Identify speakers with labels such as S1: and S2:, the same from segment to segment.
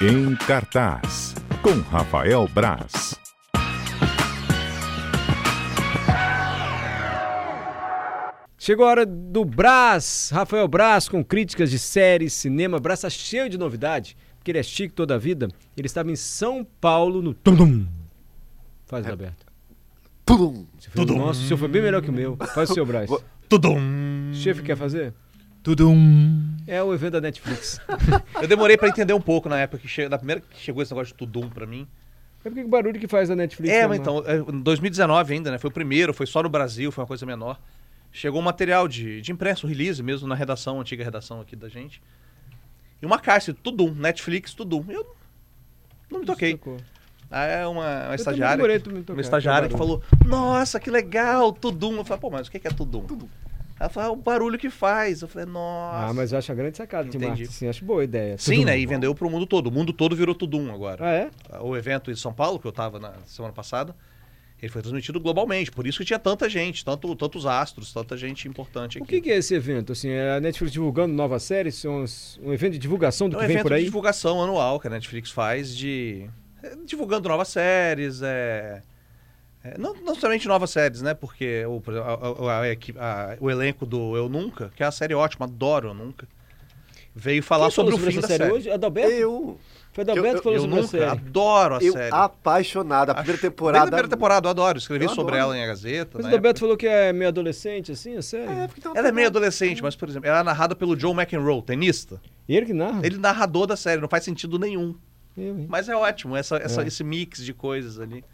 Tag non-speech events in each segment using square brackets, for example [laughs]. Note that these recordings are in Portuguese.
S1: Em cartaz, com Rafael Braz.
S2: Chegou a hora do Brás, Rafael Brás, com críticas de séries, cinema. Brás tá cheio de novidade, porque ele é chique toda a vida. Ele estava em São Paulo no Tum Tum.
S3: É.
S2: Faz, Roberto.
S4: Tudum.
S2: Você foi- Nossa, o seu foi bem melhor que o
S3: [laughs]
S2: meu. Faz o seu, Brás.
S3: Tudum.
S2: Chefe, quer fazer?
S3: Tudum.
S2: É o evento da Netflix.
S3: Eu demorei pra entender um pouco na época que chegou, na primeira que chegou esse negócio de Tudum pra mim.
S2: É porque o barulho que faz a Netflix.
S3: É,
S2: né,
S3: mas
S2: mano?
S3: então, é, em 2019 ainda, né? Foi o primeiro, foi só no Brasil, foi uma coisa menor. Chegou um material de, de impresso, release mesmo, na redação, antiga redação aqui da gente. E uma caixa, Tudum, Netflix, Tudum. Eu não me toquei.
S2: Sacou.
S3: Ah, é uma, uma
S2: Eu também
S3: estagiária.
S2: demorei
S3: que-
S2: pra me tocar,
S3: uma estagiária que
S2: que é
S3: falou: Nossa, que legal, Tudum. Eu falei: Pô, mas o que que é Tudum? Ela falou: "Ah, o barulho que faz. Eu falei: Nossa.
S2: Ah, mas eu acho a grande sacada de
S3: Entendi.
S2: marketing, sim. Acho boa a ideia.
S3: Sim,
S2: Tudum.
S3: né? E vendeu pro mundo todo. O mundo todo virou Tudum agora.
S2: Ah, é?
S3: O evento em São Paulo, que eu tava na semana passada, ele foi transmitido globalmente. Por isso que tinha tanta gente, tanto, tantos astros, tanta gente importante
S2: O
S3: aqui.
S2: que, que é esse evento? Assim, é a Netflix divulgando novas séries? São uns- Um evento de divulgação do
S3: É um
S2: que vem
S3: evento
S2: por aí?
S3: de divulgação anual que a Netflix faz de. é, divulgando novas séries, é. é, não, não somente novas séries, né? Porque o, por exemplo, a- a- a equi- a- o elenco do Eu Nunca, que é uma série ótima, adoro Eu Nunca, veio falar
S2: Quem falou
S3: sobre o fim
S2: essa
S3: da série.
S2: hoje? Adalberto?
S4: Eu,
S2: Foi Adalberto
S4: eu-
S2: que falou
S3: eu
S2: sobre
S3: nunca
S2: essa série.
S3: adoro a
S4: eu
S3: série.
S4: apaixonado. A primeira
S3: Acho-
S4: temporada.
S3: Desde a primeira temporada, eu adoro. Escrevi
S4: Eu
S3: sobre
S4: adoro.
S3: ela em A Gazeta.
S2: Mas o
S3: na
S2: Adalberto
S3: época.
S2: falou que é meio adolescente, assim, é sério?
S4: É, porque tem uma
S3: Ela né? é meio
S4: pegada-
S3: adolescente, mas, por exemplo, ela é narrada pelo Joe McEnroe, tenista.
S2: E ele que narra?
S3: Ele é narrador da série, não faz sentido nenhum.
S2: Eu, hein?
S3: Mas é ótimo, essa, essa-
S2: É.
S3: esse mix de coisas ali.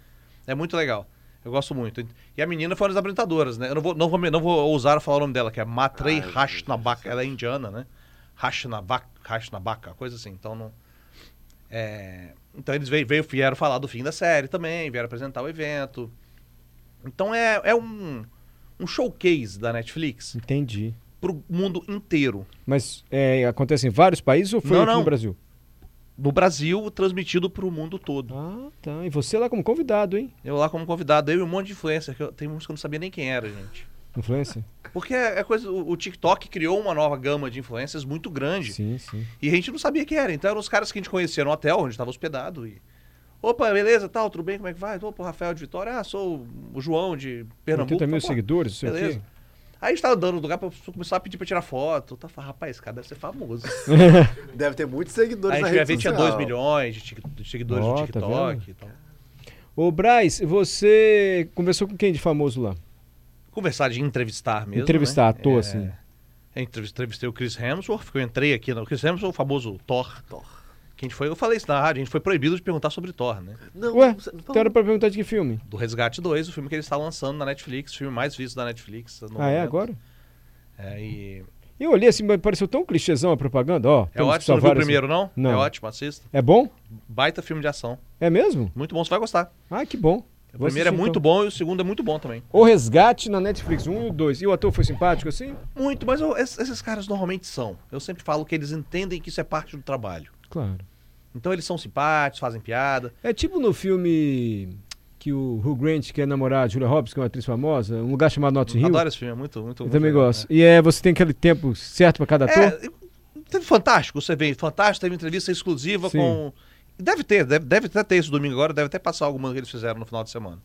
S3: É muito legal. Eu gosto muito. E a menina foi uma das apresentadoras, né? Eu não vou, não vou, me- não vou ousar falar o nome dela, que é Matrei Hashnabaka. Ela é indiana, né? Hashnabaka, Hashnabaka, coisa assim. Então não. é, Então eles veio, veio- vieram falar do fim da série também, vieram apresentar o evento. Então é, é um, um showcase da Netflix
S2: Entendi.
S3: pro mundo inteiro.
S2: Mas é, acontece em vários países ou foi
S3: Não,
S2: aqui no
S3: não.
S2: Brasil?
S3: No Brasil, transmitido pro mundo todo.
S2: Ah, tá. E você lá como convidado, hein?
S3: Eu lá como convidado, eu e um monte de influencer, que eu, tem uns que eu não sabia nem quem era, gente.
S2: Influência?
S3: Porque é é coisa, o o TikTok criou uma nova gama de influencers muito grande.
S2: Sim, sim.
S3: E a gente não sabia quem era. Então eram os caras que a gente conhecia no hotel, onde estava hospedado. E, Opa, beleza, tal, tudo bem, como é que vai? Opa, o Rafael de Vitória. Ah, sou o João de Pernambuco.
S2: 80 mil
S3: Tá, pô,
S2: seguidores, sei o
S3: beleza.
S2: quê.
S3: Aí a gente tava dando lugar pra começar a pedir pra tirar foto. Tá, falando, rapaz, esse cara deve ser famoso.
S4: Deve ter muitos
S3: Aí
S4: seguidores
S3: a
S4: na
S3: gente ia
S4: rede
S3: ver, tinha
S4: social.
S3: 2 milhões de, tic- de seguidores
S2: Ó,
S3: no
S2: tá
S3: TikTok
S2: vendo?
S3: e tal.
S2: Ô, Braz, você conversou com quem de famoso lá?
S3: Conversar de entrevistar mesmo.
S2: Entrevistar,
S3: né?
S2: ator, assim.
S3: Eu entrevist- entrevistei o Chris Hemsworth, que eu entrei aqui no Chris Hemsworth, o famoso Thor.
S4: Thor.
S3: Que a gente foi, eu falei isso na rádio, a gente foi proibido de perguntar sobre Thor, né?
S4: Não,
S2: Ué,
S4: não- tá não-
S2: então era pra perguntar de que filme?
S3: Do Resgate 2, o filme que ele está lançando na Netflix, o filme mais visto da Netflix. no
S2: ah, é
S3: momento.
S2: agora?
S3: É, e...
S2: Eu olhei assim, mas pareceu tão clichêzão a propaganda, ó.
S3: é
S2: temos que
S3: ótimo, você não viu
S2: salvar
S3: o
S2: esse-
S3: primeiro, não?
S2: Não.
S3: É ótimo, assista.
S2: É bom?
S3: Baita filme de ação.
S2: É mesmo?
S3: Muito bom, você vai gostar.
S2: Ah, que bom.
S3: O primeiro é
S2: então.
S3: muito bom e o segundo é muito bom também.
S2: O Resgate na Netflix, um e o dois. E o ator foi simpático, assim?
S3: Muito, mas eu- es- esses caras normalmente são. Eu sempre falo que eles entendem que isso é parte do trabalho.
S2: Claro.
S3: Então eles são simpáticos, fazem piada.
S2: É tipo no filme que o Hugh Grant quer namorar a Julia Roberts, que é uma atriz famosa, um lugar chamado Notting Hill.
S3: Adoro esse filme, é muito, muito
S2: Eu
S3: muito
S2: também
S3: legal,
S2: gosto. E é, você tem aquele tempo certo pra cada ator?
S3: É, teve Fantástico, você vê, Fantástico, teve entrevista exclusiva
S2: Sim.
S3: com. Deve ter, deve, deve até ter isso domingo agora, deve até passar alguma que eles fizeram no final de semana.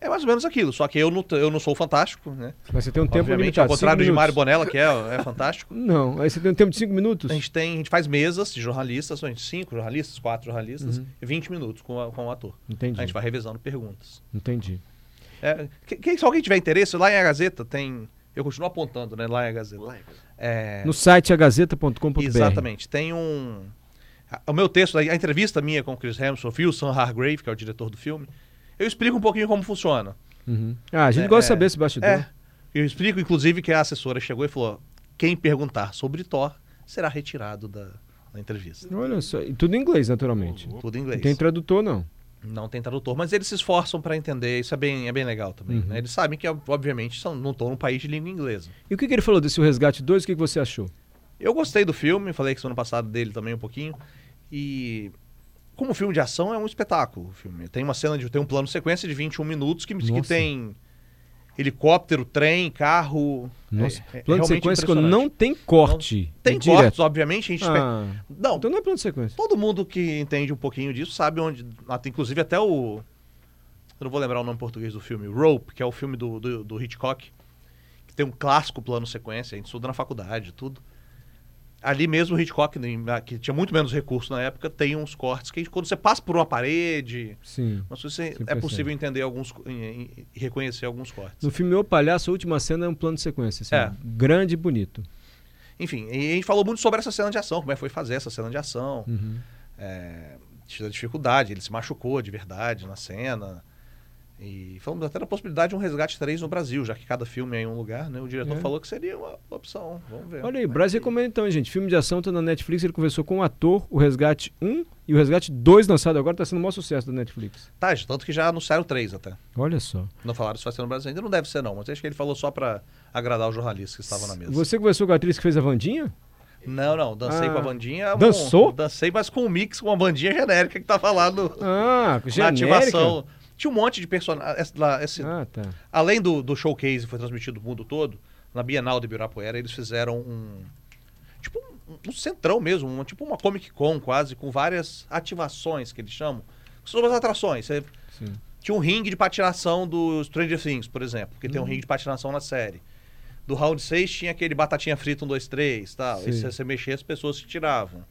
S3: É mais ou menos aquilo, só que eu não, t- eu não sou o fantástico, né?
S2: Mas você tem um tempo
S3: Obviamente, ao
S2: limitado.
S3: contrário de
S2: cinco
S3: Mário
S2: minutos.
S3: Bonella, que é, é
S2: [laughs]
S3: fantástico.
S2: Não, aí você tem um tempo de cinco minutos?
S3: A gente tem, a gente faz mesas de jornalistas, são cinco jornalistas, quatro jornalistas, e 20 minutos com, a- com o ator.
S2: Uhum. Entendi.
S3: A gente vai revezando perguntas.
S2: Entendi.
S3: É, que- que- se alguém tiver interesse, lá em A Gazeta tem. Eu continuo apontando, né? Lá em A Gazeta.
S4: Like.
S3: É,
S2: No site agazeta.com.br.
S3: Exatamente. Tem um. a- O meu texto, a a entrevista minha com o Chris Hemsworth e o Sam Hargrave, que é o diretor do filme, eu explico um pouquinho como funciona.
S2: Uhum. Ah, a gente
S3: É,
S2: gosta de saber esse bastidor.
S3: É. Eu explico, inclusive, que a assessora chegou e falou: quem perguntar sobre Thor será retirado da, da entrevista.
S2: Olha só, e tudo em inglês, naturalmente.
S3: Tudo em
S2: Não
S3: inglês.
S2: tem tradutor, não.
S3: Não tem tradutor, mas eles se esforçam para entender. Isso é bem, é bem legal também. né? Eles sabem que, obviamente, são, não estão num país de língua inglesa.
S2: E o que, que ele falou desse O Resgate 2? O que, que você achou?
S3: Eu gostei do filme, falei que semana passada dele também um pouquinho. E como filme de ação é um espetáculo o filme. Tem uma cena de. tem um plano sequência de 21 minutos um que, que
S2: Nossa.
S3: tem. helicóptero, trem, carro.
S2: Nossa,
S3: é- é
S2: plano de
S3: realmente
S2: sequência quando
S3: impressionante.
S2: não tem corte.
S3: Tem
S2: é direto.
S3: cortes, obviamente, a gente pega-
S2: Ah,
S3: Não,
S2: então não é plano de sequência.
S3: todo mundo que entende um pouquinho disso sabe onde. até- Inclusive até o. Eu não vou lembrar o nome português do filme, Rope, que é o filme do, do, do Hitchcock, que tem um clássico plano sequência, a gente estuda na faculdade, tudo. Ali mesmo o Hitchcock, nem- que tinha muito menos recurso na época, tem uns cortes que quando você passa por uma parede,
S2: Sim.
S3: mas você, é
S2: percebe.
S3: possível entender alguns co- e e- e reconhecer alguns cortes.
S2: No filme Meu Palhaço, a última cena é um plano de sequência. assim,
S3: É.
S2: Grande e bonito.
S3: Enfim, e a gente falou muito sobre essa cena de ação, como é que foi fazer essa cena de ação.
S2: Uhum.
S3: é, tive a dificuldade, ele se machucou de verdade na cena. E falamos até da possibilidade de um resgate 3 no Brasil, já que cada filme é em um lugar, né? O diretor
S2: É.
S3: falou que seria uma opção. Vamos ver.
S2: Uhum. Olha aí,
S3: Como é
S2: Braz
S3: que-
S2: recomenda então, hein, gente. Filme de ação tá na Netflix, ele conversou com o ator, o Resgate 1 e o Resgate 2 lançado agora, tá sendo o maior sucesso da Netflix.
S3: Tá, de tanto que já anunciaram três até.
S2: Olha só.
S3: Não falaram se vai ser no Brasil ainda, não deve ser não, mas acho que ele falou só pra agradar os jornalistas que estavam na mesa.
S2: Você conversou com a atriz que fez a Vandinha?
S3: Não, não, dancei
S2: Ah.
S3: com a bandinha. bom,
S2: Dançou?
S3: dancei, mas com um mix, com a bandinha genérica que tava lá no,
S2: Ah,
S3: na
S2: genérica.
S3: ativação. Tinha um monte de personagens.
S2: Ah, tá.
S3: Além do, do showcase que foi transmitido pro mundo todo, na Bienal de Ibirapuera, eles fizeram um. Tipo um, um centrão mesmo, uma- tipo uma Comic Con quase, com várias ativações que eles chamam. São as atrações. Você
S2: Sim.
S3: tinha um ringue de patinação do Stranger Things, por exemplo, que
S2: Hum.
S3: tem um ringue de patinação na série. Do round 6 tinha aquele batatinha frita 1, 2, 3 tal.
S2: Sim.
S3: E se você mexia, as pessoas se tiravam.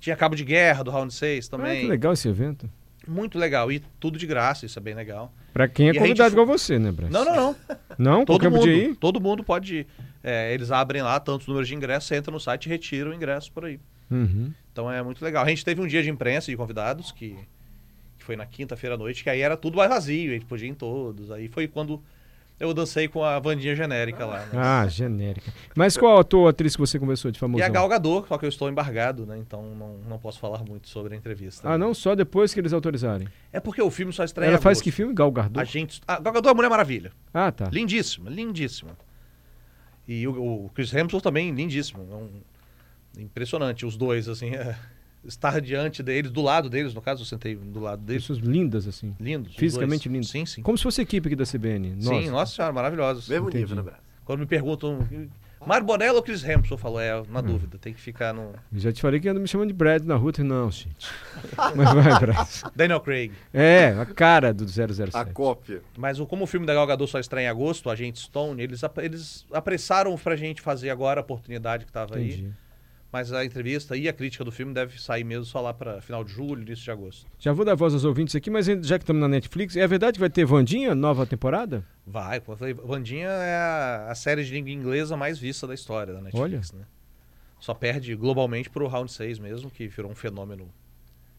S3: Tinha cabo de guerra do round
S2: Ah,
S3: 6
S2: que
S3: também.
S2: legal esse evento.
S3: Muito legal. E tudo de graça, isso é bem legal.
S2: Pra quem é
S3: E a gente
S2: convidado
S3: fo-
S2: igual você, né, Braz?
S3: Não, não, não.
S2: Não?
S3: Todo
S2: Qualquer
S3: mundo,
S2: dia ir?
S3: todo mundo pode ir. É, eles abrem lá tantos números de ingressos, você entra no site e retira o ingresso por aí.
S2: Uhum.
S3: Então é muito legal. A gente teve um dia de imprensa de convidados, que, que foi na quinta-feira à noite, que aí era tudo mais vazio, a gente podia ir em todos. Aí foi quando eu dancei com a Vandinha genérica lá. né?
S2: Ah, genérica. Mas qual a tua atriz que você conversou de
S3: E
S2: famosão?
S3: a Gal Gadot, só que eu estou embargado, né? Então não, não posso falar muito sobre a entrevista.
S2: Ah, não? Só depois que eles autorizarem.
S3: É porque o filme só estreia. em
S2: Ela faz
S3: agosto.
S2: que filme? Gal
S3: A
S2: Gadot?
S3: gente. A Gal Gadot é a Mulher Maravilha.
S2: Ah, tá.
S3: Lindíssima, lindíssima. E o, o Chris Hemsworth também, lindíssimo. É um- impressionante, os dois, assim, é, [laughs] estar diante deles, do lado deles, no caso, eu sentei do lado deles.
S2: Pessoas lindas, assim.
S3: Lindos. os
S2: Fisicamente
S3: dois.
S2: lindos.
S3: Sim, sim.
S2: Como se fosse a equipe aqui da CBN. Nossa.
S3: Sim, nossa senhora, maravilhosos.
S4: Mesmo
S2: Entendi.
S4: nível, né, Braz?
S3: Quando me perguntam, Marbonella ou Chris Hemsworth? Eu falo, é,
S2: Hum.
S3: na dúvida, tem que ficar no...
S2: Eu Já te falei que anda me chamando de Brad na rua. Eu falei, Não, gente. [laughs] Mas vai, Brad.
S3: Daniel Craig.
S2: É, a cara do 007.
S4: A cópia.
S3: Mas o- como o filme da Gal Gadot só estreia em agosto, Agente Stone, eles, ap- eles apressaram pra gente fazer agora a oportunidade que tava aí.
S2: Entendi.
S3: Mas a entrevista e a crítica do filme deve sair mesmo só lá para final de julho, início de agosto.
S2: Já vou dar voz aos ouvintes aqui, mas já que estamos na Netflix, é verdade que vai ter Vandinha, nova temporada?
S3: Vai, como eu falei, Vandinha é a, a série de língua inglesa mais vista da história da Netflix, né? Só perde globalmente pro Round 6 mesmo, que virou um fenômeno.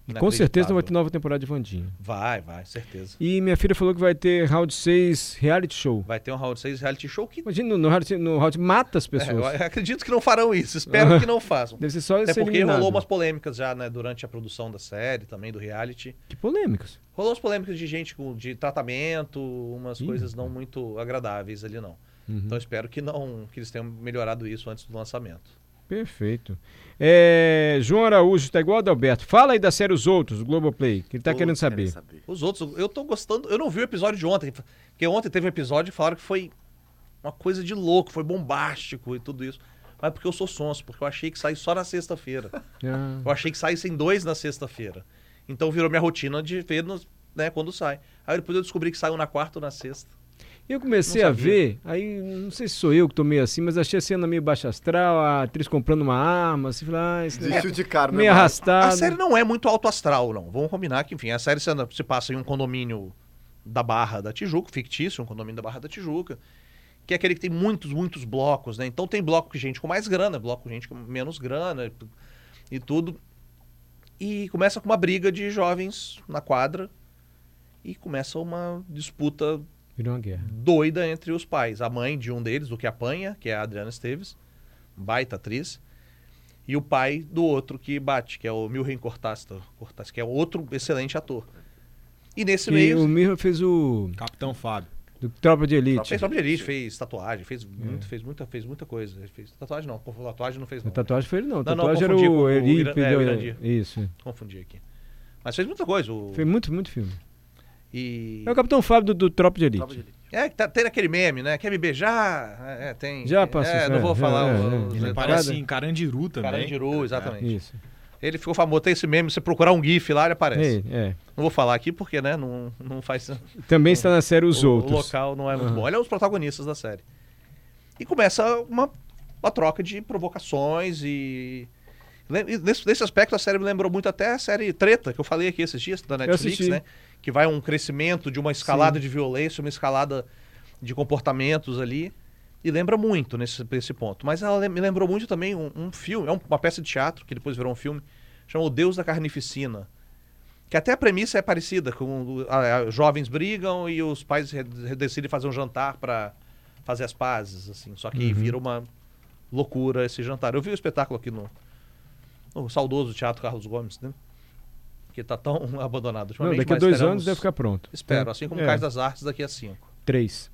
S2: E com certeza
S3: inacreditável.
S2: vai ter nova temporada de Vandinha.
S3: Vai, vai, certeza.
S2: E minha filha falou que vai ter Round 6 reality show.
S3: Vai ter um Round 6 reality show que.
S2: Imagina, no, no round, no round mata as
S3: É, eu
S2: pessoas. Ah.
S3: acredito que não farão isso, espero que não façam.
S2: Deve ser só
S3: Até
S2: ser
S3: porque
S2: eliminado.
S3: rolou umas polêmicas já, né, durante a produção da série, também do reality.
S2: Que polêmicas.
S3: Rolou umas polêmicas de gente com, de tratamento, umas
S2: Ih,
S3: coisas não muito agradáveis ali, não.
S2: Uhum.
S3: Então espero que não que eles tenham melhorado isso antes do lançamento.
S2: Perfeito. É, João Araújo, tá igual ao Adalberto. Fala aí da série Os Outros, Globoplay, que ele tá
S4: Todos
S2: querendo
S4: querem
S2: saber.
S3: Os outros, eu tô gostando. Eu não vi o episódio de ontem, porque ontem teve um episódio e falaram que foi uma coisa de louco, foi bombástico e tudo isso. Mas porque eu sou sonso, porque eu achei que saí só na sexta-feira.
S2: Ah,
S3: Eu achei que saíssem dois na sexta-feira. Então virou minha rotina de ver nos- né, quando sai. Aí depois eu descobri que saiu na quarta ou na sexta.
S2: Eu comecei
S3: Não
S2: a
S3: sabia.
S2: ver, aí não sei se sou eu que tô meio assim, mas achei a cena meio baixa astral, a atriz comprando uma arma, assim, falei, ah, isso
S4: Desistiu de cara, né?
S2: meio
S4: Braz?
S2: arrastado.
S3: A série não é muito alto astral, não. Vamos combinar que, enfim, a série se anda- se passa em um condomínio da Barra da Tijuca, fictício, um condomínio da Barra da Tijuca, que é aquele que tem muitos, muitos blocos, né? Então tem bloco com gente com mais grana, bloco com gente com menos grana e tu- e tudo. E começa com uma briga de jovens na quadra e começa uma disputa
S2: Virou uma guerra.
S3: doida entre os pais. A mãe de um deles, do que apanha, que é a Adriana Esteves, baita atriz, e o pai do outro que bate, que é o Milren Cortázar, Cortázar, que é outro excelente ator. E nesse
S2: Que o
S3: meio,
S2: Mirra fez o
S5: Capitão Fábio.
S2: do Tropa de Elite.
S3: fez próprio dirige, fez tatuagem, fez, muito, fez, muita, fez muita coisa. Ele Fez, tatuagem não, confu- tatuagem não fez
S2: A
S3: não,
S2: tatuagem foi É. ele não, a
S3: Não, não,
S2: tatuagem
S3: confundi
S2: era
S3: com
S2: o
S3: o
S2: Eripe.
S3: Iran- é, o
S2: do-
S3: Irandir.
S2: Isso,
S3: né? confundi aqui. Mas fez muita coisa. O,
S2: foi muito, muito filme.
S3: e...
S2: É o Capitão Fábio do, do Tropa de Elite.
S4: Tropa de elite.
S3: É, que tá, tem aquele meme, né? Quer me beijar? É, é, tem.
S2: Já passou
S3: É,
S2: isso,
S3: não
S2: é,
S3: vou falar.
S2: é,
S3: o-
S2: é.
S3: os
S2: Ele
S3: detalhes.
S2: parece
S5: Parece em Carandiru também.
S3: Carandiru, exatamente.
S2: Isso.
S3: Ele ficou famoso, tem esse meme, você procurar um GIF lá, ele aparece.
S2: É, é.
S3: Não vou falar aqui porque, né, não, não faz.
S2: Também está na série Os
S3: o,
S2: Outros.
S3: o local não é muito bom. Ele é um dos protagonistas da série. E começa uma, uma troca de provocações e. lem- e Nesse, nesse aspecto, a série me lembrou muito até a série Treta, que eu falei aqui esses dias, da Netflix,
S2: assisti.
S3: né? Que vai um crescimento de uma escalada de violência, uma escalada de comportamentos ali. E lembra muito nesse, nesse ponto. Mas ela lem- me lembrou muito também um, um filme, é um- uma peça de teatro, que depois virou um filme, chama O Deus da Carnificina. Que até a premissa é parecida, com o- a- a- jovens brigam e os pais re- re- decidem fazer um jantar pra fazer as pazes, assim. Só
S2: Uhum.
S3: que vira uma loucura esse jantar. Eu vi o espetáculo aqui no, no saudoso Teatro Carlos Gomes, né? Que tá tão [laughs] abandonado
S2: Não,
S3: ultimamente.
S2: daqui a
S3: mas
S2: dois
S3: teremos-
S2: anos deve ficar pronto.
S3: Espero, assim como
S2: É.
S3: o Cais das Artes daqui a cinco.
S2: Três.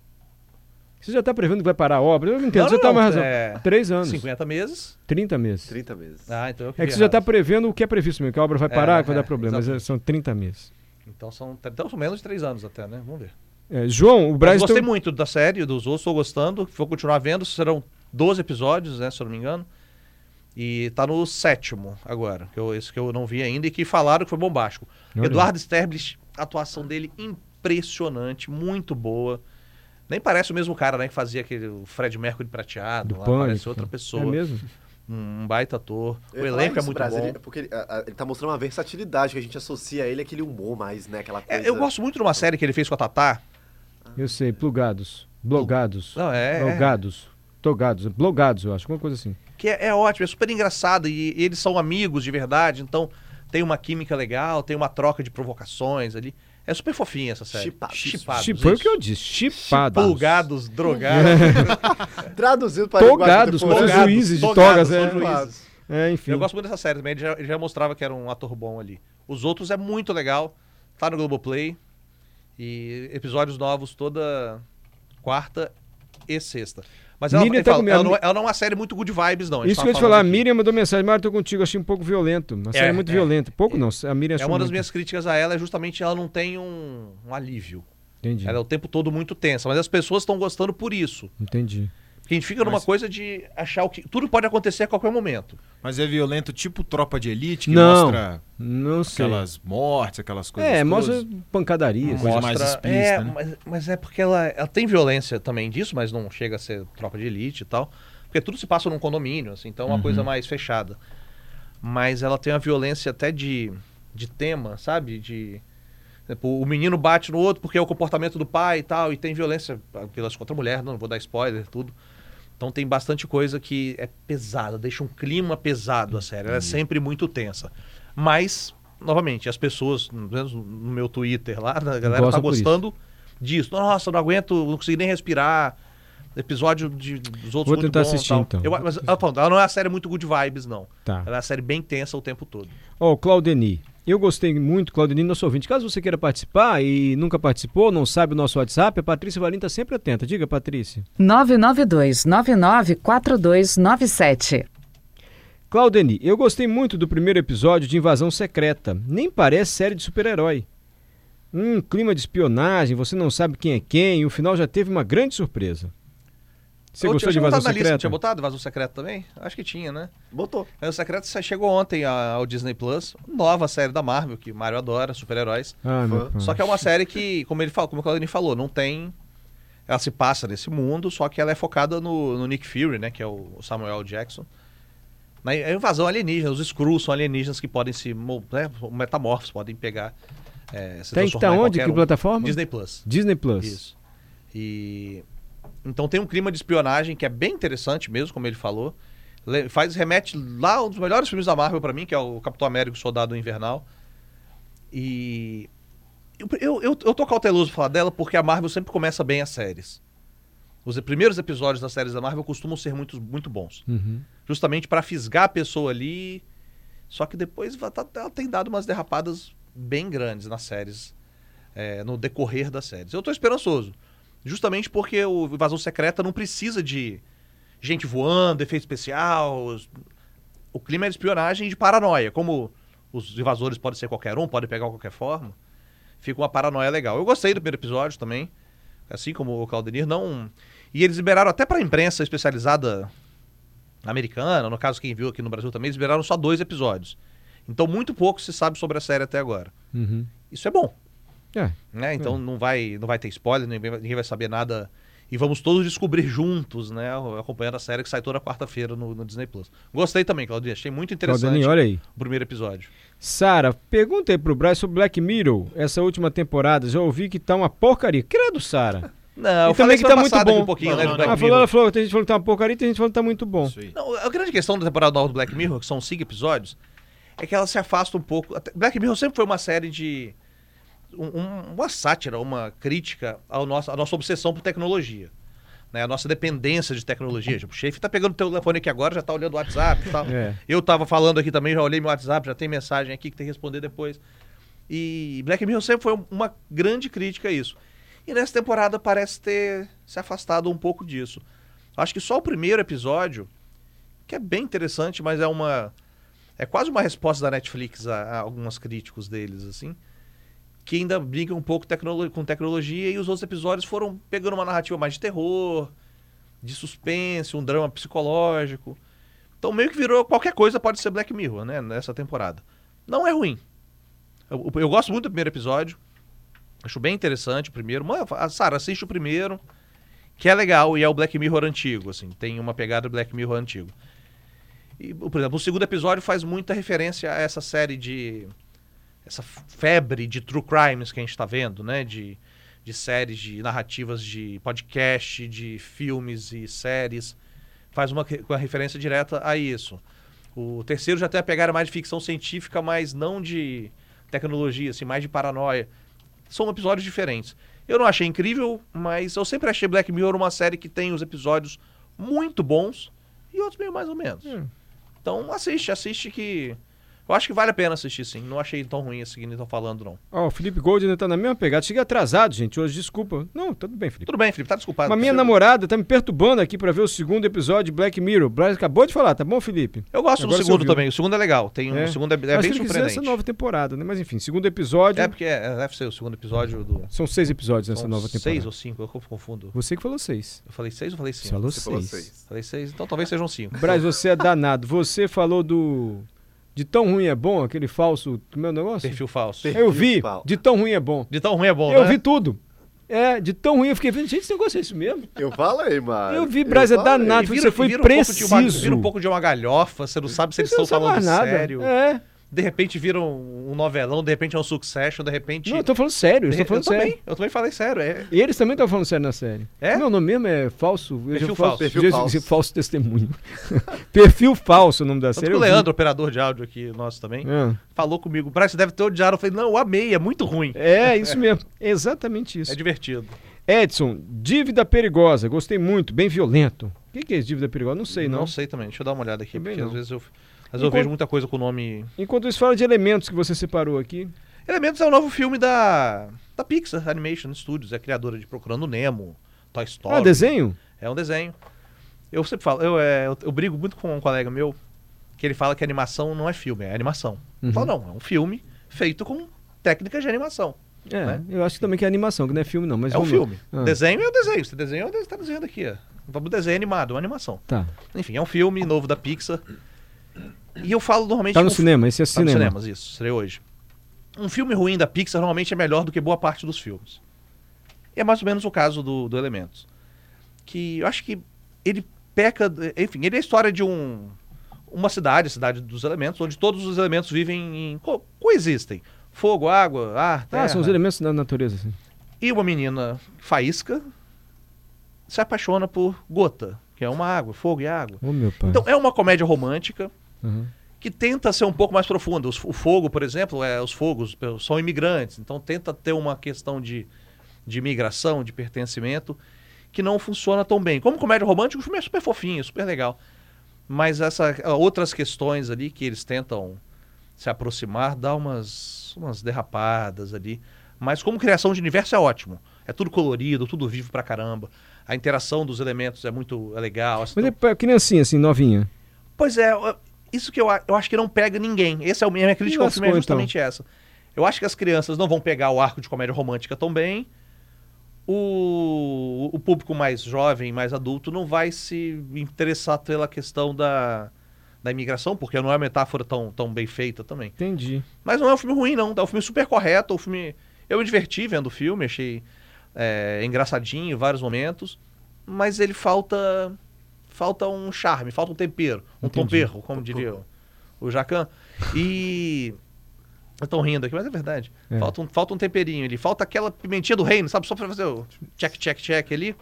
S2: Você já está prevendo que vai parar a obra? Eu entendo, você
S3: Não, não,
S2: está
S3: não,
S2: uma razão.
S3: é-
S2: Três anos.
S3: 50 meses.
S2: 30 meses.
S4: 30 meses.
S3: Ah, então eu
S2: É
S3: queria
S2: que você já está
S3: razão.
S2: prevendo o que é previsto mesmo, que a obra vai parar,
S3: É,
S2: que vai dar
S3: é,
S2: problema. Mas, é, são 30 meses.
S3: Então são, então são menos de três anos até, né? Vamos ver.
S2: É, João, o
S3: Mas
S2: Braz...
S3: gostei
S2: tem-
S3: muito da série, dos outros, estou gostando. Vou continuar vendo. Serão 12 episódios, né? Se eu não me engano. E tá no sétimo agora, que eu, esse que eu não vi ainda e que falaram que foi bombástico.
S2: Olha.
S3: Eduardo Sterblich, a atuação dele impressionante, muito boa. Nem parece o mesmo cara, né? Que fazia aquele o Fred Mercury prateado.
S2: Do
S3: lá,
S2: Pânico.
S3: parece outra pessoa.
S2: É mesmo?
S3: Um baita ator.
S4: Eu
S3: o
S4: ia falar
S3: elenco é
S4: isso,
S3: muito
S4: Braz,
S3: bom.
S4: Ele, porque ele, a- a- ele tá mostrando uma versatilidade que a gente associa a ele aquele humor mais, né? Aquela
S3: É,
S4: coisa.
S3: eu gosto muito de uma série que ele fez com a Tatá.
S2: Eu sei, plugados. Blogados.
S3: Não, é- é.
S2: Blogados. Togados. Blogados, eu acho. Alguma coisa assim.
S3: que é, é ótimo, é super engraçado e, e eles são amigos de verdade, então tem uma química legal, tem uma troca de provocações ali. É super fofinha essa série.
S4: Chipados.
S3: Chipados,
S2: Chip- Foi o
S3: isso.
S2: que eu disse. Chipados. É,
S3: Pulgados, drogados,
S4: Traduzido para
S2: Togados,
S4: linguagem
S2: foram
S4: do
S3: Togados,
S2: juízes de
S3: togados,
S2: togas.
S3: são
S2: é.
S3: juízes.
S2: É, enfim.
S3: Eu gosto muito dessa série também, ele já, ele já mostrava que era um ator bom ali. Os outros é muito legal, tá no Globoplay. E episódios novos toda quarta e sexta. Mas ela,
S2: Miriam
S3: ele
S2: tá
S3: fala-
S2: comigo.
S3: ela não, é- ela não é uma série muito good vibes, não. a gente
S2: Isso
S3: tava
S2: que eu ia te falar, a
S3: falando aqui.
S2: Miriam mandou mensagem, Mário, tô contigo, achei um pouco violento. Uma série muito
S3: é.
S2: violenta. Pouco não, a Miriam
S3: É
S2: achou
S3: uma das
S2: muito.
S3: minhas críticas a ela é justamente ela não tem um, um alívio.
S2: Entendi,
S3: Ela é o tempo todo muito tensa, mas as pessoas estão gostando por isso.
S2: entendi.
S3: Porque a gente fica numa coisa de achar o que tudo pode acontecer a qualquer momento.
S5: Mas é violento tipo tropa de elite, que
S2: Não,
S5: mostra
S2: não sei.
S5: aquelas mortes, aquelas coisas.
S2: É,
S5: todas.
S2: mostra pancadaria. assim.
S5: Coisa mais explícita,
S3: é,
S5: né?
S3: mas, mas é porque ela, ela tem violência também disso, mas não chega a ser tropa de elite e tal. Porque tudo se passa num condomínio, assim, então é uma
S5: Uhum.
S3: coisa mais fechada. Mas ela tem uma violência até de, de tema, sabe? De. Tipo, o menino bate no outro porque é o comportamento do pai e tal, e tem violência pelas contra a mulher, não vou dar spoiler, tudo. Então tem bastante coisa que é pesada, deixa um clima pesado a série.
S2: Uhum.
S3: Ela é sempre muito tensa. Mas, novamente, as pessoas, pelo menos no meu Twitter lá, a galera
S2: Gosta
S3: tá
S2: por isso.
S3: gostando disso. Nossa, não aguento, não consegui nem respirar. Episódio de, dos
S2: Vou
S3: outros muito
S2: tentar
S3: bom,
S2: assistir,
S3: tal.
S2: então.
S3: Eu, mas, ah, falando, ela não é uma série muito good vibes, não.
S2: Tá.
S3: Ela é uma série bem tensa o tempo todo.
S2: Ó, o Claudeni. Eu gostei muito, Claudeni, nosso ouvinte. Caso você queira participar e nunca participou, não sabe o nosso WhatsApp, a Patrícia Valim tá sempre atenta. Diga, Patrícia.
S6: 992 994297.
S2: Claudeni, eu gostei muito do primeiro episódio de Invasão Secreta. Nem parece série de super-herói. Um clima de espionagem, você não sabe quem é quem, e o final já teve uma grande surpresa. Você
S3: Eu
S2: gostou de
S3: tinha
S2: Invasão
S3: botado na
S2: Secreta?
S3: Lista, tinha botado Invasão Secreta também? Acho que tinha, né?
S4: Botou.
S3: Invasão Secreta sa- chegou ontem a- ao Disney Plus, nova série da Marvel, que o Mario adora, super-heróis.
S2: Ah, meu pai.
S3: Só que é uma série que, como ele falou, como o Claudinei falou, não tem. Ela se passa nesse mundo, só que ela é focada no, no Nick Fury, né? Que é o Samuel L. Jackson. Na é invasão alienígena, os Skrulls são alienígenas que podem se. mo- Né, metamorfos, podem pegar. É, se
S2: Tem que tá
S3: transformar em
S2: onde?
S3: qualquer
S2: Que
S3: um.
S2: plataforma?
S3: Disney Plus.
S2: Disney Plus.
S3: Isso. E então tem um clima de espionagem que é bem interessante mesmo, como ele falou. Le- Faz remete lá a um dos melhores filmes da Marvel pra mim, que é o Capitão América e o Soldado Invernal. E eu, eu, eu, eu tô cauteloso pra falar dela porque a Marvel sempre começa bem as séries. Os primeiros episódios das séries da Marvel costumam ser muito, muito bons.
S2: Uhum.
S3: Justamente pra fisgar a pessoa ali. Só que depois va- tá- ela tem dado umas derrapadas bem grandes nas séries, é, no decorrer das séries. Eu tô esperançoso. Justamente porque o Invasão Secreta não precisa de gente voando, efeito especial. os- O clima é de espionagem e de paranoia. Como os invasores podem ser qualquer um, podem pegar qualquer forma, fica uma paranoia legal. Eu gostei do primeiro episódio também. assim como o Claudemir, não. E eles liberaram até pra imprensa especializada americana, no caso quem viu aqui no Brasil também, eles liberaram só dois episódios. Então muito pouco se sabe sobre a série até agora.
S2: Uhum.
S3: Isso é bom,
S2: É.
S3: né? Então não vai não vai ter spoiler, ninguém vai, ninguém vai saber nada. E vamos todos descobrir juntos, né? Acompanhando a série que sai toda quarta-feira no, no Disney Plus. Gostei também, Claudinha. Achei muito interessante
S2: Claudinei, olha aí.
S3: o primeiro episódio.
S2: Sara, perguntei pro Braz sobre Black Mirror, essa última temporada. Já ouvi que tá uma porcaria. Credo, Sara.
S3: Não,
S2: E também que tá
S3: Ah, semana
S2: muito
S3: passada aqui
S2: bom.
S3: um pouquinho,
S5: Não,
S3: né,
S5: não,
S3: do
S5: não.
S3: Black
S2: Ela falou,
S3: Mirror.
S2: ela falou, tem gente falando que tá uma porcaria e tem gente falando que tá muito bom.
S5: Isso aí.
S3: Não, a grande questão da temporada nova do Black Mirror, que são cinco episódios, é que ela se afasta um pouco. até- Black Mirror sempre foi uma série de. um- um- uma sátira, uma crítica ao nosso, à nossa obsessão por tecnologia. Né? A nossa dependência de tecnologia. Tipo, o chefe tá pegando o telefone aqui agora, já tá olhando o WhatsApp e tal.
S2: É.
S3: Eu tava falando aqui também, já olhei meu WhatsApp, já tem mensagem aqui que tem que responder depois. E Black Mirror sempre foi um- uma grande crítica a isso. E nessa temporada parece ter se afastado um pouco disso. Acho que só o primeiro episódio, que é bem interessante, mas é uma. É quase uma resposta da Netflix a, a alguns críticos deles, assim. Que ainda brinca um pouco tecnolo- com tecnologia e os outros episódios foram pegando uma narrativa mais de terror, de suspense, um drama psicológico. Então meio que virou qualquer coisa pode ser Black Mirror, né? Nessa temporada. Não é ruim. Eu, eu gosto muito do primeiro episódio. Acho bem interessante o primeiro. Mano, a Sara, assiste o primeiro, que é legal, e é o Black Mirror antigo, assim. Tem uma pegada do Black Mirror antigo. E, por exemplo, o segundo episódio faz muita referência a essa série de. essa febre de true crimes que a gente tá vendo, né? De, de séries, de narrativas, de podcast, de filmes e séries. Faz uma, re- uma referência direta a isso. O terceiro já tem a pegada mais de ficção científica, mas não de tecnologia, assim, mais de paranoia. São episódios diferentes. Eu não achei incrível, mas eu sempre achei Black Mirror uma série que tem os episódios muito bons e outros meio mais ou menos. Então assiste, assiste que. Eu acho que vale a pena assistir, sim. Não achei tão ruim esse que estão falando, não.
S2: Ó, o Felipe Gold ainda tá na mesma pegada. Cheguei atrasado, gente, hoje, desculpa. Não, tudo bem, Felipe.
S3: Tudo bem, Felipe, tá desculpado.
S2: Mas minha
S3: Eu-
S2: namorada tá me perturbando aqui pra ver o segundo episódio de Black Mirror. O Braz acabou de falar, tá bom, Felipe?
S3: Eu gosto
S2: Agora
S3: do
S2: você
S3: segundo
S2: ouviu.
S3: também. O segundo é legal. Tem um,
S2: É.
S3: O segundo é, é
S2: Mas
S3: bem
S2: se ele quiser,
S3: surpreendente.
S2: essa nova temporada, né? Mas enfim, segundo episódio.
S3: É porque é, deve ser o segundo episódio do.
S2: São seis episódios nessa
S3: são
S2: nova temporada.
S3: Seis ou cinco, eu confundo.
S2: Você que falou seis.
S3: Eu falei seis ou falei cinco?
S2: Você falou
S4: Você falou
S2: seis.
S4: seis.
S3: Falei seis, então talvez sejam cinco.
S2: Braz, você é danado. Você falou do. De tão ruim é bom, aquele falso. Como é o negócio?
S3: Perfil falso.
S4: Perfil.
S2: Eu vi.
S4: Paulo.
S2: De tão ruim é bom.
S3: De tão ruim é bom,
S2: eu
S3: né?
S2: vi tudo. É, de tão ruim eu fiquei vendo. Gente, esse negócio é isso mesmo?
S4: Eu falei, mano.
S2: Eu vi, Brás, é
S4: falei.
S2: danado.
S3: E
S2: Você foi
S3: um pouco de uma-
S2: preciso.
S3: vira um pouco de uma galhofa, você não sabe se eles
S2: Você não
S3: estão
S2: sabe
S3: falando
S2: mais nada.
S3: sério.
S2: É.
S3: De repente vira um, um novelão, de repente é um succession, de repente.
S2: Não, eu tô falando sério. Eu
S3: de-
S2: tô falando sério.
S3: também, eu também falei sério. É,
S2: E eles também estavam falando sério na série.
S3: É?
S2: Meu nome mesmo é falso. Eu
S3: Perfil
S2: já
S3: falso.
S2: eu
S4: Perfil
S2: já
S4: falso.
S2: esqueci, [laughs] falso testemunho. [laughs] Perfil falso é o nome da
S3: Tanto
S2: série.
S3: que o
S2: eu vi.
S3: Leandro, operador de áudio aqui nosso também,
S2: Ah.
S3: falou comigo. Braz, você deve ter odiado. Eu falei, não, eu amei, é muito ruim.
S2: É, isso mesmo. [laughs] É Exatamente isso.
S3: É divertido.
S2: Edson, dívida perigosa. Gostei muito, bem violento. O que, que é isso, dívida perigosa? Não sei, não.
S3: Não sei também, deixa eu dar uma olhada aqui,
S2: Também
S3: porque às
S2: não.
S3: vezes eu, às vezes eu
S2: Enquanto-
S3: vejo muita coisa com o nome.
S2: Enquanto isso, fala de elementos que você separou aqui.
S3: Elementos é o novo filme da, da Pixar Animation Studios, é a criadora de Procurando Nemo, Toy Story.
S2: Ah, desenho?
S3: É um desenho. Eu sempre falo, eu, é, eu, eu brigo muito com um colega meu, que ele fala que animação não é filme, é animação.
S2: Uhum.
S3: Eu falo, não, é um filme feito com técnicas de animação.
S2: É,
S3: Né?
S2: eu acho que também que é animação, que não é filme, não. Mas
S3: é um
S2: vamos lá.
S3: filme.
S2: Ah,
S3: Desenho é o desenho. Você desenho, você tá desenhando aqui, ó. O desenho é animado, é uma animação.
S2: Tá.
S3: Enfim, é um filme novo da Pixar. E eu falo normalmente.
S2: Tá no
S3: um fi-
S2: cinema, esse é
S3: Tá nos
S2: cinema.
S3: cinemas, isso. Seria hoje. Um filme ruim da Pixar normalmente é melhor do que boa parte dos filmes. E é mais ou menos o caso do, do Elementos. Que eu acho que ele peca. Enfim, ele é a história de um, uma cidade, a cidade dos elementos, onde todos os elementos vivem em. co- coexistem. Fogo, água, ar, terra.
S2: Ah, são os elementos da natureza, assim.
S3: E uma menina faísca se apaixona por gota, que é uma água, fogo e água.
S2: Ô, meu pai.
S3: Então é uma comédia romântica
S2: Aham.
S3: que tenta ser um pouco mais profunda. Os- o fogo, por exemplo, é, os fogos pe- são imigrantes, então tenta ter uma questão de, de migração, de pertencimento, que não funciona tão bem. Como comédia romântica, o filme é super fofinho, super legal. Mas essa, outras questões ali que eles tentam se aproximar, dá umas, umas derrapadas ali. Mas como criação de universo é ótimo. É tudo colorido, tudo vivo pra caramba. A interação dos elementos é muito é legal.
S2: Mas é pra criancinha, assim, novinha.
S3: Pois é, eu- isso que eu, a- eu acho que não pega ninguém. Essa é a minha crítica ao filme, é
S2: lascou,
S3: justamente essa. Eu acho que as crianças não vão pegar o arco de comédia romântica tão bem. o, o público mais jovem, mais adulto, não vai se interessar pela questão da, da imigração, porque não é uma metáfora tão, tão bem feita também.
S2: Entendi.
S3: Mas não é um filme ruim, não. É um filme super correto. é Um filme... Eu me diverti vendo o filme, achei é, engraçadinho em vários momentos. Mas ele falta. Falta um charme, falta um tempero. Um
S2: Entendi.
S3: tomperro, como diria o, o Jacan. E. [laughs] Estão rindo aqui, mas é verdade.
S2: É.
S3: Falta, um, falta um temperinho ali. Falta aquela pimentinha do reino, sabe? Só pra fazer o check, check, check ali.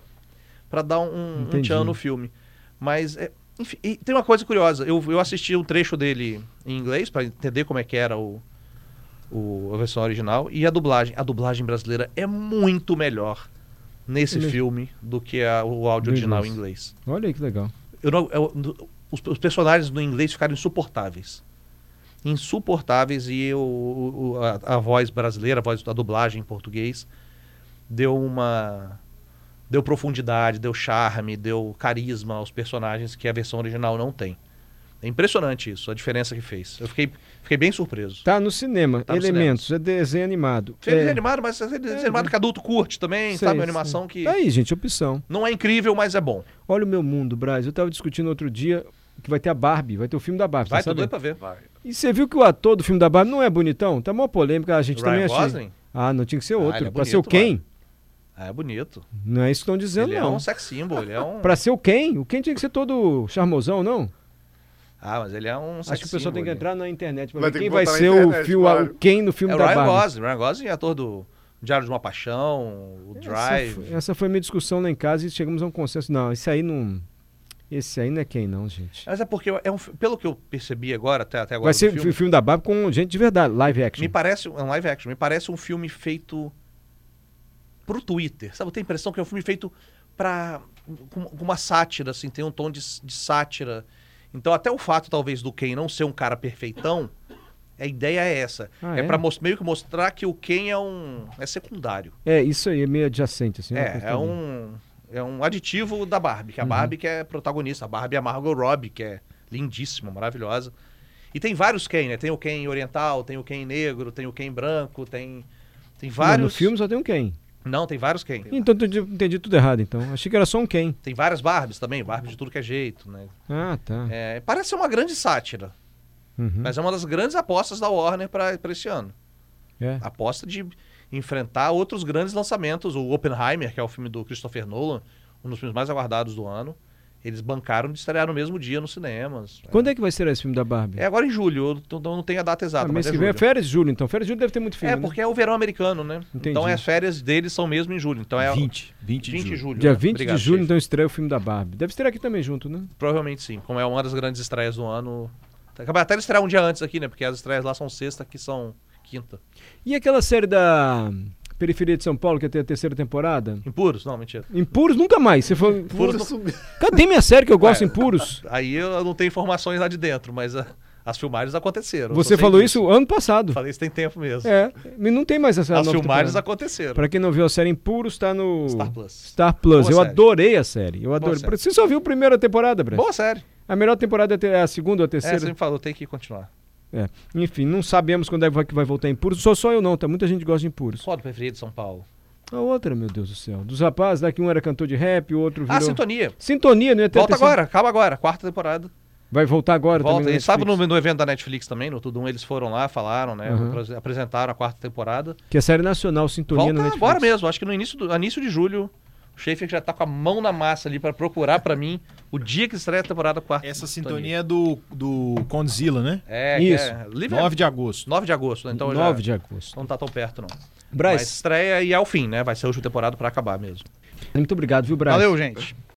S3: Pra dar um, um
S2: Entendi.
S3: tchan no filme. Mas, é, enfim, e tem uma coisa curiosa. Eu, eu assisti um trecho dele em inglês pra entender como é que era o, o, a versão original e a dublagem. A dublagem brasileira é muito melhor nesse
S2: Ele-
S3: filme do que a- o áudio
S2: Do
S3: original em
S2: inglês.
S3: inglês.
S2: Olha aí que legal.
S3: Eu não- eu- no- os, os personagens no inglês ficaram insuportáveis. Insuportáveis e o- o- o- a, a voz brasileira, a voz da dublagem em português, deu uma. Deu profundidade, deu charme, deu carisma aos personagens que a versão original não tem. É impressionante isso, a diferença que fez. Eu fiquei, fiquei bem surpreso.
S2: Tá no cinema,
S3: Tá no
S2: Elementos, é desenho animado.
S3: Feliz
S2: é,
S3: animado, mas feliz animado
S2: né?
S3: que adulto curte também,
S2: Sei,
S3: sabe?
S2: sei.
S3: Uma animação que
S2: Tá aí, gente, opção.
S3: não é incrível, mas é bom.
S2: Olha o meu mundo, Braz. Eu tava discutindo outro dia que vai ter a Barbie, vai ter o filme da Barbie,
S3: Vai,
S2: tá
S3: tudo
S2: sabendo?
S3: doido pra ver.
S2: E você viu que o ator do filme da Barbie não é bonitão? Tá mó polêmica, a gente também
S3: Ryan
S2: achei.
S3: Gosling?
S2: Ah, não tinha que ser outro.
S3: ele é
S2: pra ser o
S3: bonito,
S2: Ken,
S3: Ah, é bonito.
S2: não é isso que estão dizendo,
S3: ele é
S2: não.
S3: um sex symbol, ele é um...
S2: [laughs] Pra ser o Ken, o Ken tinha que ser todo charmosão, não?
S3: Ah, mas ele é um sex
S2: Acho que o pessoal
S3: symbol
S2: tem que
S3: ali.
S2: entrar na internet pra
S4: Vai
S2: ver
S4: ter
S2: quem
S4: que
S2: vai
S4: botar na
S2: ser o,
S4: internet,
S2: fio,
S4: claro.
S2: o Ken no filme
S3: É o
S2: da
S3: Ryan
S2: Barbie.
S3: Gosling. Ryan Gosling é ator do Diário de uma Paixão, o
S2: Essa,
S3: Drive.
S2: foi, é. essa foi minha discussão lá em casa e chegamos a um consenso. Não, esse aí não. Esse aí não é quem, não, gente.
S3: Mas é porque, eu- é um, fi- pelo que eu percebi agora, até, até agora
S2: Vai
S3: do
S2: ser o
S3: filme,
S2: filme. da Barbie com gente de verdade, live action.
S3: me parece um é um live action, me parece um filme feito pro Twitter. Sabe, eu tenho a impressão que é um filme feito pra com, com uma sátira, assim, tem um tom de, s- de sátira. Então, até o fato, talvez, do Ken não ser um cara perfeitão, a ideia é essa.
S2: Ah,
S3: é
S2: é?
S3: pra mos- meio que mostrar que o Ken é um é secundário.
S2: É, isso aí, é meio adjacente, assim. uma
S3: É,
S2: coisa
S3: é
S2: também. Uhum.
S3: um, é um aditivo da Barbie, que a Barbie que é protagonista. A Barbie é a Margot Robbie, que é lindíssima, maravilhosa. E tem vários Ken, né? Tem o Ken oriental, tem o Ken negro, tem o Ken branco, tem, tem vários...
S2: Não, no filme só tem um Ken.
S3: Não, tem vários Ken.
S2: Então eu entendi- entendi tudo errado, então. Achei que era só um Ken.
S3: Tem várias Barbies também, Barbie de tudo que é jeito, né?
S2: Ah, tá.
S3: É, parece ser uma grande sátira,
S2: Uhum.
S3: mas é uma das grandes apostas da Warner para esse ano.
S2: É.
S3: aposta de enfrentar outros grandes lançamentos. O Oppenheimer, que é o filme do Christopher Nolan, um dos filmes mais aguardados do ano. Eles bancaram de estrear no mesmo dia nos cinemas.
S2: Quando é que vai ser esse filme da Barbie?
S3: É agora em julho, eu t- não tenho a data
S2: Ah,
S3: exata,
S2: mês
S3: mas é
S2: que vem é
S3: julho.
S2: férias de julho, então. Férias de julho deve ter muito filme.
S3: É, porque é o verão americano, né?
S2: Entendi.
S3: Então as férias deles são mesmo em julho. Então é
S5: 20, 20 de
S3: 20 de
S5: julho.
S3: julho.
S2: né? Dia
S3: né?
S2: 20
S3: Obrigado,
S2: de julho,
S3: chefe.
S2: então, estreia o filme da Barbie. Deve estrear aqui também junto, né?
S3: Provavelmente sim, como é uma das grandes estreias do ano. Acabar até de estrear um dia antes aqui, né? Porque as estreias lá são sexta, aqui são quinta.
S2: E aquela série da Periferia de São Paulo, que ia ter a terceira temporada?
S3: Impuros? Não, mentira.
S2: Impuros nunca mais. Você falou.
S3: Impuros não-
S4: sumiu.
S2: Cadê minha série
S3: [laughs]
S2: que eu gosto
S3: É.
S2: Impuros?
S3: Aí eu não tenho informações lá de dentro, mas ah, as filmagens aconteceram.
S2: Você
S3: Eu sei
S2: falou
S3: disso.
S2: isso ano passado.
S3: Falei isso tem tempo mesmo.
S2: É, mas não tem mais essa
S3: as
S2: nova
S3: filmagens
S2: temporada.
S3: aconteceram.
S2: Pra quem não viu a série Impuros, tá no
S3: Star Plus.
S2: Star Plus.
S3: Boa
S2: eu
S3: série.
S2: adorei a série. Eu adorei.
S3: série.
S2: Você só viu a primeira temporada, Brad?
S3: Boa série.
S2: A melhor temporada é te- é a segunda ou a
S3: É, você
S2: terceira?
S3: me falou, tem que continuar.
S2: É, Enfim, não sabemos quando é que vai- que vai voltar Impuros. Só só eu não, tá? Muita gente gosta de Impuros.
S3: Qual do preferido de São Paulo?
S2: A outra, meu Deus do céu. Dos rapazes, daqui um era cantor de rap, o outro virou...
S3: Ah, Sintonia.
S2: Sintonia, não ia ter a
S3: Volta
S2: terceira-
S3: agora, acaba agora, quarta temporada.
S2: Vai voltar agora
S3: Volta.
S2: também.
S3: E
S2: no
S3: sabe no,
S2: Netflix.
S3: no evento da Netflix também, no Tudo Um, eles foram lá, falaram, né?
S2: Aham.
S3: apres- Apresentaram a quarta temporada.
S2: Que é série nacional, Sintonia no
S3: Volta
S2: Netflix.
S3: agora mesmo, acho que no início, do, no início de julho. O Schaefer já tá com a mão na massa ali pra procurar pra mim o dia que estreia a temporada quarta.
S5: Essa sintonia é do, do Condzilla, né?
S3: É, que
S2: Isso.
S3: é Live-
S5: 9 de agosto.
S3: 9 de agosto, né? Então
S2: 9
S3: já...
S2: de agosto.
S3: Não tá tão perto, não. Mas
S2: Braz,
S3: estreia e é o fim, né? Vai ser a última temporada pra acabar mesmo.
S2: muito obrigado, viu, Braz?
S3: Valeu, gente.